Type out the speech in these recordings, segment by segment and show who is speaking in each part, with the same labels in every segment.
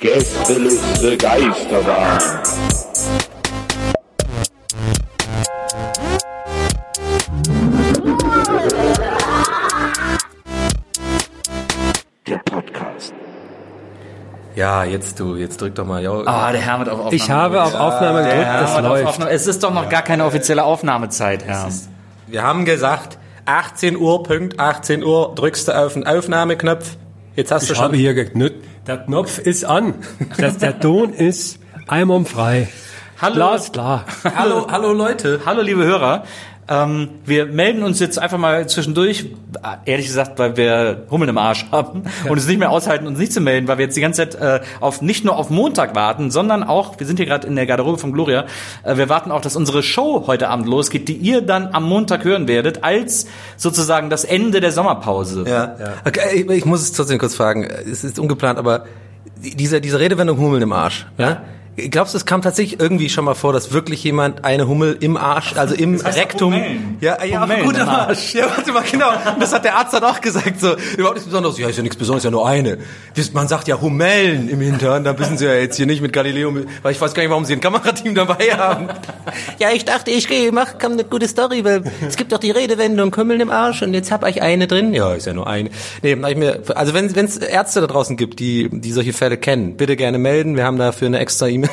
Speaker 1: Gästeliste Geisterbahn. Der Podcast.
Speaker 2: Ja, jetzt du, jetzt drück doch mal. Ja,
Speaker 3: Ah, der Herr hat auf Aufnahme
Speaker 4: Ich habe auf Aufnahme
Speaker 3: Der
Speaker 4: gedrückt,
Speaker 3: Herr
Speaker 4: das
Speaker 3: hat auf
Speaker 4: läuft.
Speaker 3: Aufnahme. Es ist doch noch gar keine offizielle Aufnahmezeit, Herr.
Speaker 2: Wir haben gesagt, 18 Uhr, Punkt, 18 Uhr, drückst du auf den Aufnahmeknopf. Jetzt hast du
Speaker 4: Ich
Speaker 2: schon.
Speaker 4: habe hier geknüpft. Der Knopf ist an. Das, der Ton ist einwandfrei.
Speaker 3: Hallo.
Speaker 4: Alles klar.
Speaker 2: hallo, hallo Leute.
Speaker 3: Hallo, liebe Hörer. Ähm, wir melden uns jetzt einfach mal zwischendurch, äh, ehrlich gesagt, weil wir Hummeln im Arsch haben und es nicht mehr aushalten, uns nicht zu melden, weil wir jetzt die ganze Zeit äh, auf nicht nur auf Montag warten, sondern auch, wir sind hier gerade in der Garderobe von Gloria, äh, wir warten auch, dass unsere Show heute Abend losgeht, die ihr dann am Montag hören werdet, als sozusagen das Ende der Sommerpause.
Speaker 2: Ja. Okay, ich, ich muss es trotzdem kurz fragen. Es ist ungeplant, aber die- diese, diese Redewendung Hummeln im Arsch. Ja. Glaubst du, es kam tatsächlich irgendwie schon mal vor, dass wirklich jemand eine Hummel im Arsch, also im
Speaker 3: heißt doch
Speaker 2: Rektum,
Speaker 3: Hummeln.
Speaker 2: ja, ja, aber
Speaker 3: Hummeln
Speaker 2: gut
Speaker 3: im
Speaker 2: im
Speaker 3: Arsch.
Speaker 2: Arsch. Ja, warte mal, genau. Das hat der Arzt dann auch gesagt, so überhaupt nichts Besonderes. Ja, ist ja nichts Besonderes, ja nur eine. Wisst, Man sagt ja Hummeln im Hintern, da wissen Sie ja jetzt hier nicht mit Galileo, mit- weil ich weiß gar nicht, warum Sie ein Kamerateam dabei haben. ja, ich dachte, ich gehe, mach, kam eine gute Story, weil es gibt doch die Redewendung Hummeln im Arsch und jetzt hab ich eine drin. Ja, ist ja nur eine. Nee, dann hab ich mir, also wenn es Ärzte da draußen gibt, die, die solche Fälle kennen, bitte gerne melden. Wir haben dafür eine extra E-Mail-Adresse.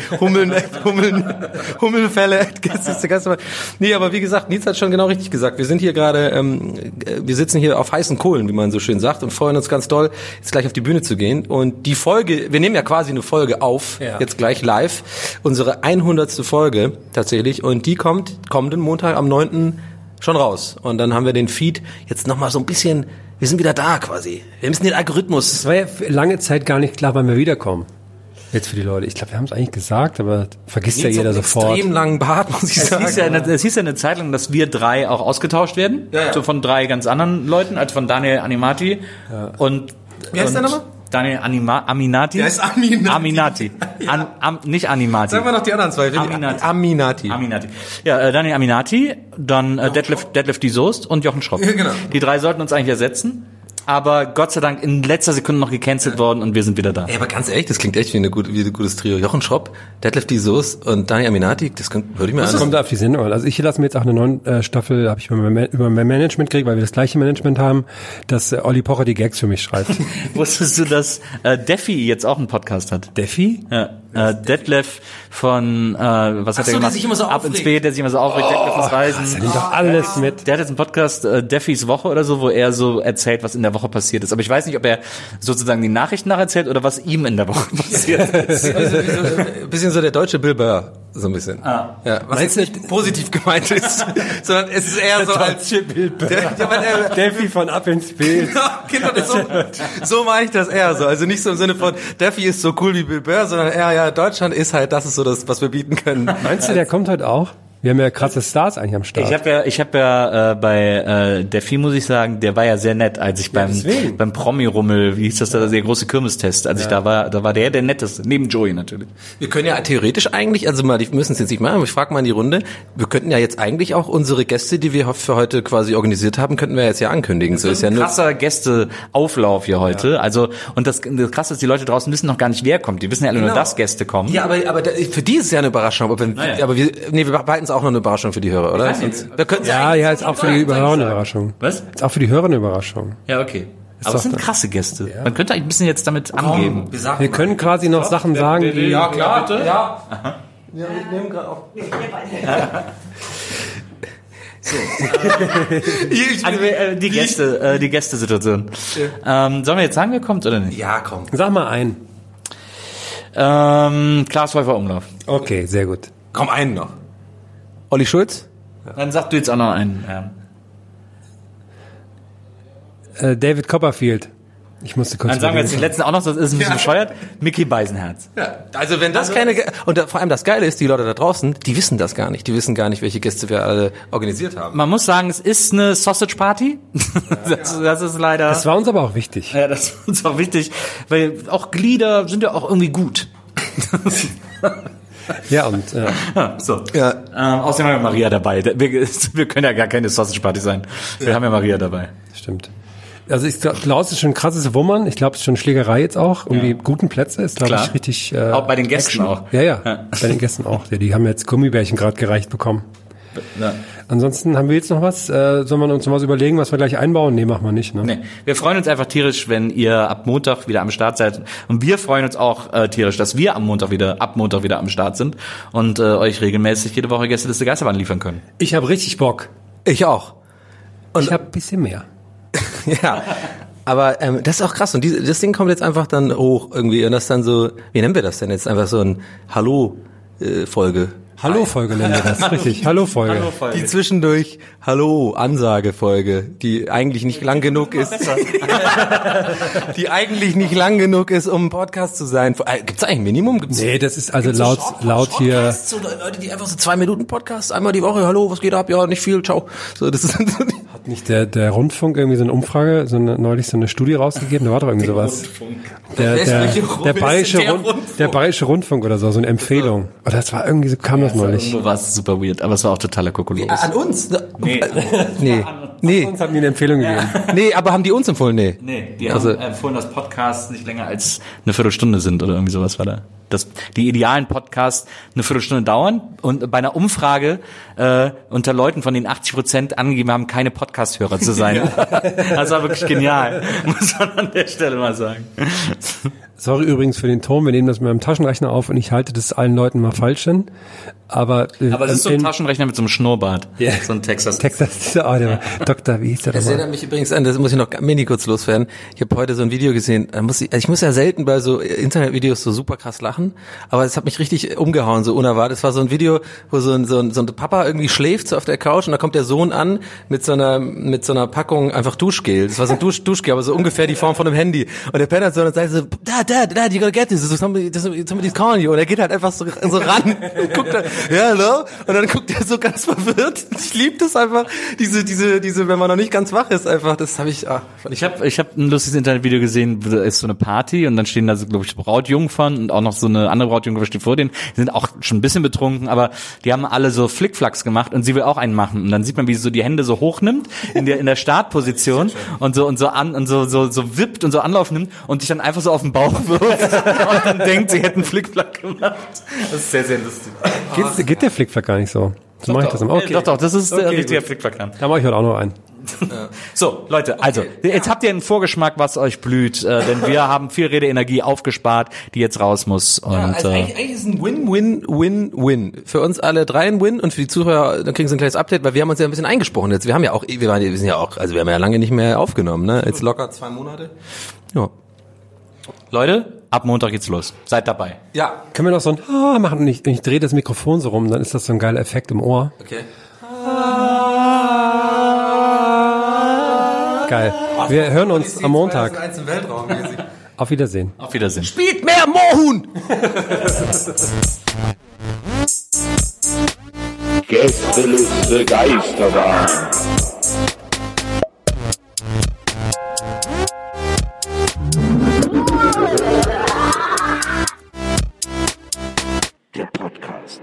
Speaker 2: Hummeln, Hummeln, Hummelfälle. Das ist der ganze- Nee, aber wie gesagt, Nils hat schon genau richtig gesagt. Wir sind hier gerade, ähm, äh, wir sitzen hier auf heißen Kohlen, wie man so schön sagt, und freuen uns ganz doll, jetzt gleich auf die Bühne zu gehen. Und die Folge, wir nehmen ja quasi eine Folge auf,
Speaker 4: Ja.
Speaker 2: jetzt gleich live, unsere 100. Folge tatsächlich. Und die kommt kommenden Montag am 9. schon raus. Und dann haben wir den Feed jetzt nochmal so ein bisschen, wir sind wieder da quasi. Wir müssen den Algorithmus
Speaker 4: Es war ja für lange Zeit gar nicht klar, wann wir wiederkommen. Jetzt für die Leute. Ich glaube, wir haben es eigentlich gesagt, aber vergisst ja
Speaker 2: Nils hat
Speaker 4: jeder
Speaker 2: einen
Speaker 4: sofort.
Speaker 2: extrem langen Bart, muss ich
Speaker 3: Es
Speaker 2: sagen.
Speaker 3: hieß, ja eine, es hieß ja eine Zeit lang, dass wir drei auch ausgetauscht werden.
Speaker 2: Ja, ja.
Speaker 3: So von drei ganz anderen Leuten, also von Daniel Animati und.
Speaker 2: Wie heißt
Speaker 3: und
Speaker 2: der nochmal?
Speaker 3: Daniel Anima Aminati.
Speaker 2: Der heißt Aminati.
Speaker 3: Aminati. An, am, nicht Animati.
Speaker 2: Sagen wir noch die anderen zwei. Wir-
Speaker 3: Aminati.
Speaker 2: Aminati.
Speaker 3: Aminati. Ja, äh, Daniel Aminati, dann äh, Detlef, Detlef die Soest und Jochen Schropp.
Speaker 2: Ja, genau.
Speaker 3: Die drei sollten uns eigentlich ersetzen, aber Gott sei Dank in letzter Sekunde noch gecancelt worden und wir sind wieder da.
Speaker 2: Ey, aber ganz ehrlich, das klingt echt wie, eine gute, wie ein gutes Trio. Jochen Schropp, Detlef Die Soos und Dani Aminati, das klingt, würde ich mir
Speaker 4: Das
Speaker 2: anschauen.
Speaker 4: kommt auf die Sendung an. Also ich lasse mir jetzt auch eine neue äh, Staffel, habe ich über mein, über mein Management gekriegt, weil wir das gleiche Management haben, dass äh, Olli Pocher die Gags für mich schreibt.
Speaker 3: Wusstest du, dass äh, Defi jetzt auch einen Podcast hat?
Speaker 4: Defi?
Speaker 3: Ja, äh, Detlef von, äh, was hat
Speaker 2: so,
Speaker 3: er
Speaker 2: der
Speaker 3: gemacht?
Speaker 2: sich immer so
Speaker 3: Ab
Speaker 2: aufregt.
Speaker 3: ins B, der sich immer so aufregt, Detlef
Speaker 4: Oh,
Speaker 3: muss
Speaker 4: Da
Speaker 3: reisen.
Speaker 4: nimmt doch alles mit.
Speaker 3: Der hat jetzt einen Podcast, äh, Deffys Woche oder so, wo er so erzählt, was in der Woche passiert ist. Aber ich weiß nicht, ob er sozusagen die Nachrichten nacherzählt oder was ihm in der Woche passiert ist.
Speaker 2: Ein bisschen so der deutsche Bill Burr, so ein bisschen. Ah. Ja, was jetzt nicht positiv gemeint ist, sondern es ist eher so als... Der, ja, weil er-
Speaker 4: Defi von Up ins Bild.
Speaker 2: genau, das so, so mache ich das eher so. Also nicht so im Sinne von, Daffy ist so cool wie Bill Burr, sondern eher, ja, Deutschland ist halt, das ist so das, was wir bieten können.
Speaker 4: Meinst du, der kommt heute auch? Wir haben ja krasse Stars eigentlich am Start.
Speaker 3: Ich habe ja, ich habe ja äh, bei äh, Defi muss ich sagen, der war ja sehr nett, als ich beim
Speaker 4: deswegen.
Speaker 3: beim Promi Rummel, wie hieß das da, der große Kirmestest, als ich da war, da war der der netteste, neben Joey natürlich.
Speaker 2: Wir können ja theoretisch eigentlich, also mal, die müssen es jetzt nicht machen, aber ich frage mal in die Runde, wir könnten ja jetzt eigentlich auch unsere Gäste, die wir für heute quasi organisiert haben, könnten wir jetzt ja ankündigen. So ist ja nur,
Speaker 3: krasser Gästeauflauf hier heute. Also, und das, das Krasse ist, die Leute draußen wissen noch gar nicht, wer kommt. Die wissen ja alle nur,
Speaker 2: Genau.
Speaker 3: dass Gäste kommen.
Speaker 2: ja, aber, aber da- für die ist es ja eine Überraschung, aber, wenn,
Speaker 3: Naja.
Speaker 2: aber wir, nee, wir behalten es auch noch eine Überraschung für die Hörer, oder?
Speaker 3: weiß nicht.
Speaker 2: Da könnten sie
Speaker 4: Ja,
Speaker 2: eigentlich-
Speaker 4: ja, ist auch für die Hörer eine Überraschung.
Speaker 3: Was?
Speaker 4: Ist auch für die Hörer eine Überraschung.
Speaker 3: Ja, okay. Aber
Speaker 4: doch
Speaker 3: es sind
Speaker 4: da-
Speaker 3: krasse Gäste. Man könnte eigentlich ein bisschen jetzt damit angeben.
Speaker 2: Wir sagen
Speaker 4: Wir können quasi noch Sachen sagen, die...
Speaker 3: Ja, klar. Ja.
Speaker 2: Ich-
Speaker 3: Also äh, die Gäste, äh, die Gästesituation. Ähm, sollen wir jetzt sagen, wer kommt oder nicht?
Speaker 2: Ja, komm.
Speaker 4: Sag mal ein.
Speaker 3: Ähm, Klaas Häufer Umlauf.
Speaker 4: Okay, sehr gut.
Speaker 2: Komm, einen noch. Olli Schulz?
Speaker 3: Dann sag du jetzt auch noch einen. Ja.
Speaker 4: Äh, David Copperfield. Ich musste kurz
Speaker 3: Dann sagen wir jetzt den
Speaker 4: überlegen.
Speaker 3: letzten auch noch, das ist ein bisschen
Speaker 2: Ja.
Speaker 3: bescheuert. Mickey Beisenherz.
Speaker 2: Ja. Also wenn das keine... Ge- Und da, vor allem das Geile ist, die Leute da draußen, die wissen das gar nicht. Die wissen gar nicht, welche Gäste wir alle organisiert haben.
Speaker 3: Man muss sagen, es ist eine Sausage Party. das, das ist leider.
Speaker 4: Das war uns aber auch wichtig.
Speaker 3: ja, das ist uns auch wichtig, weil auch Glieder sind ja auch irgendwie gut.
Speaker 4: Ja, und äh,
Speaker 3: So. Ähm, außerdem haben wir Maria dabei. Wir, wir können ja gar keine Sausage Party sein. Wir haben ja Maria dabei.
Speaker 4: stimmt. Also ich glaube, Klaus ist schon ein krasses Wummern. Ich glaube, es ist schon Schlägerei jetzt auch. Um die guten Plätze ist, glaube
Speaker 3: Klar.
Speaker 4: ich, richtig... Äh,
Speaker 3: Auch bei den Gästen auch.
Speaker 4: Ja, ja, bei den Gästen auch. Ja, die haben jetzt Gummibärchen gerade gereicht bekommen.
Speaker 3: Ja.
Speaker 4: Ansonsten haben wir jetzt noch was. Äh, sollen wir uns noch was überlegen, was wir gleich einbauen? Nee, machen wir nicht. Ne?
Speaker 3: Nee. Wir freuen uns einfach tierisch, wenn ihr ab Montag wieder am Start seid. Und wir freuen uns auch äh, tierisch, dass wir am Montag wieder, ab Montag wieder am Start sind und äh, euch regelmäßig jede Woche Gästeliste Geisterbahn liefern können.
Speaker 4: Ich habe richtig Bock.
Speaker 2: Ich auch.
Speaker 4: ich habe ein bisschen mehr.
Speaker 2: Ja. Aber ähm, das ist auch krass. Und diese, das Ding kommt jetzt einfach dann hoch irgendwie. Und das dann so... Wie nennen wir das denn jetzt? Einfach so ein äh, Hallo-Folge.
Speaker 4: Hallo-Folge nennen wir das. Richtig, Hallo-Folge.
Speaker 2: die zwischendurch Hallo-Ansage-Folge, die eigentlich nicht lang genug ist. die eigentlich nicht lang genug ist, um ein Podcast zu sein. Äh, Gibt's eigentlich ein Minimum? Gibt's
Speaker 4: Nee, das ist also laut, laut hier...
Speaker 2: Podcasts, so Leute, die einfach so zwei Minuten Podcast, einmal die Woche, hallo, was geht ab? Ja, nicht viel, ciao. So, das ist so die-
Speaker 4: Hat nicht der, der Rundfunk irgendwie so eine Umfrage, so eine, neulich so eine Studie rausgegeben? Da war doch irgendwie sowas. Der,
Speaker 2: Der
Speaker 4: der,
Speaker 2: westliche
Speaker 4: der,
Speaker 2: Rundfunk.
Speaker 4: bayerische
Speaker 2: Der
Speaker 4: Rund,
Speaker 2: Rundfunk.
Speaker 4: der Bayerische Rundfunk oder so, so eine Empfehlung. Oh, das war irgendwie, so kam das neulich.
Speaker 3: Nur war es super weird, aber es war auch totaler Kokolores.
Speaker 2: An uns? Nee. Nee.
Speaker 4: Nee.
Speaker 2: nee.
Speaker 4: Uns haben die eine Empfehlung gegeben.
Speaker 2: Nee, aber haben die uns empfohlen? Nee.
Speaker 3: Nee, die
Speaker 2: Also-
Speaker 3: haben äh, empfohlen, dass Podcasts nicht länger als eine Viertelstunde sind oder irgendwie sowas war da. Dass die idealen Podcasts eine Viertelstunde dauern und bei einer Umfrage äh, unter Leuten, von denen 80 Prozent angegeben haben, keine Podcast-Hörer zu sein. Das war wirklich genial, muss man an der Stelle mal sagen.
Speaker 4: Sorry übrigens für den Ton, wir nehmen das mit meinem Taschenrechner auf und ich halte das allen Leuten mal falsch hin. Aber, äh,
Speaker 3: Aber es ist so ein
Speaker 4: in
Speaker 3: Taschenrechner mit so einem Schnurrbart.
Speaker 4: Ja.
Speaker 3: So ein Texas.
Speaker 4: Texas, ah, der Doktor, wie hieß der
Speaker 2: Das
Speaker 4: nochmal?
Speaker 2: erinnert mich übrigens an, das muss ich noch mini kurz loswerden. Ich habe heute so ein Video gesehen, da muss ich, also ich muss ja selten bei so Internetvideos so super krass lachen, aber es hat mich richtig äh, umgehauen, so unerwartet. Es war so ein Video, wo so ein, so ein, so ein Papa irgendwie schläft so auf der Couch und da kommt der Sohn an mit so einer, mit so einer Packung einfach Duschgel. Das war so ein Dusch, Duschgel, aber so ungefähr die Form von einem Handy. Und der Penner so und sagt so, Dad, Dad, Dad, you gotta get this, somebody, somebody's calling you. Und er geht halt einfach so, so ran und guckt dann, ja, hello? Und dann guckt er so ganz verwirrt. Ich liebe das einfach, diese, diese, diese, wenn man noch nicht ganz wach ist, einfach, das habe ich, ah, fand ich
Speaker 3: Ich habe ich hab ein lustiges Internetvideo gesehen, da ist so eine Party und dann stehen da, so, glaube ich, Brautjungfern und auch noch so eine andere Brautjungfer steht vor denen. Die sind auch schon ein bisschen betrunken, aber die haben alle so Flickflacks gemacht und sie will auch einen machen. Und dann sieht man, wie sie so die Hände so hochnimmt in der, in der Startposition und so und so an und so, so, so wippt und so Anlauf nimmt und sich dann einfach so auf den Bauch wirft und dann denkt, sie hätten Flickflack gemacht. Das ist sehr, sehr lustig.
Speaker 4: Geht, geht der Flickflack gar nicht so. So mache ich das immer.
Speaker 3: Okay.
Speaker 4: Okay,
Speaker 3: Doch, doch, das ist äh, der
Speaker 4: Okay,
Speaker 3: richtige
Speaker 4: gut.
Speaker 3: Flickflack dann.
Speaker 4: da mache ich heute auch noch einen.
Speaker 3: So, Leute, also, jetzt habt ihr einen Vorgeschmack, was euch blüht, äh, denn wir haben viel Redeenergie aufgespart, die jetzt raus muss. Und
Speaker 2: Also
Speaker 3: äh,
Speaker 2: eigentlich, eigentlich ist es ein Win, Win, Win, Win. Für uns alle drei ein Win und für die Zuhörer, dann kriegen sie ein kleines Update, weil wir haben uns ja ein bisschen eingesprochen jetzt. Wir haben ja auch, wir waren, wir sind ja auch, also wir haben ja lange nicht mehr aufgenommen, ne? Jetzt locker zwei Monate. Ja.
Speaker 3: Leute, ab Montag geht's los. Seid dabei.
Speaker 2: Ja.
Speaker 4: Können wir noch so ein ah, machen und ich, ich drehe das Mikrofon so rum, dann ist das so ein geiler Effekt im Ohr.
Speaker 2: Okay.
Speaker 4: Geil. Wir hören uns am Montag.
Speaker 2: Im Weltraum,
Speaker 4: Auf Wiedersehen.
Speaker 3: Auf Wiedersehen.
Speaker 2: Spielt mehr Mohun!
Speaker 1: Gästeliste Geisterbahn. Der Podcast.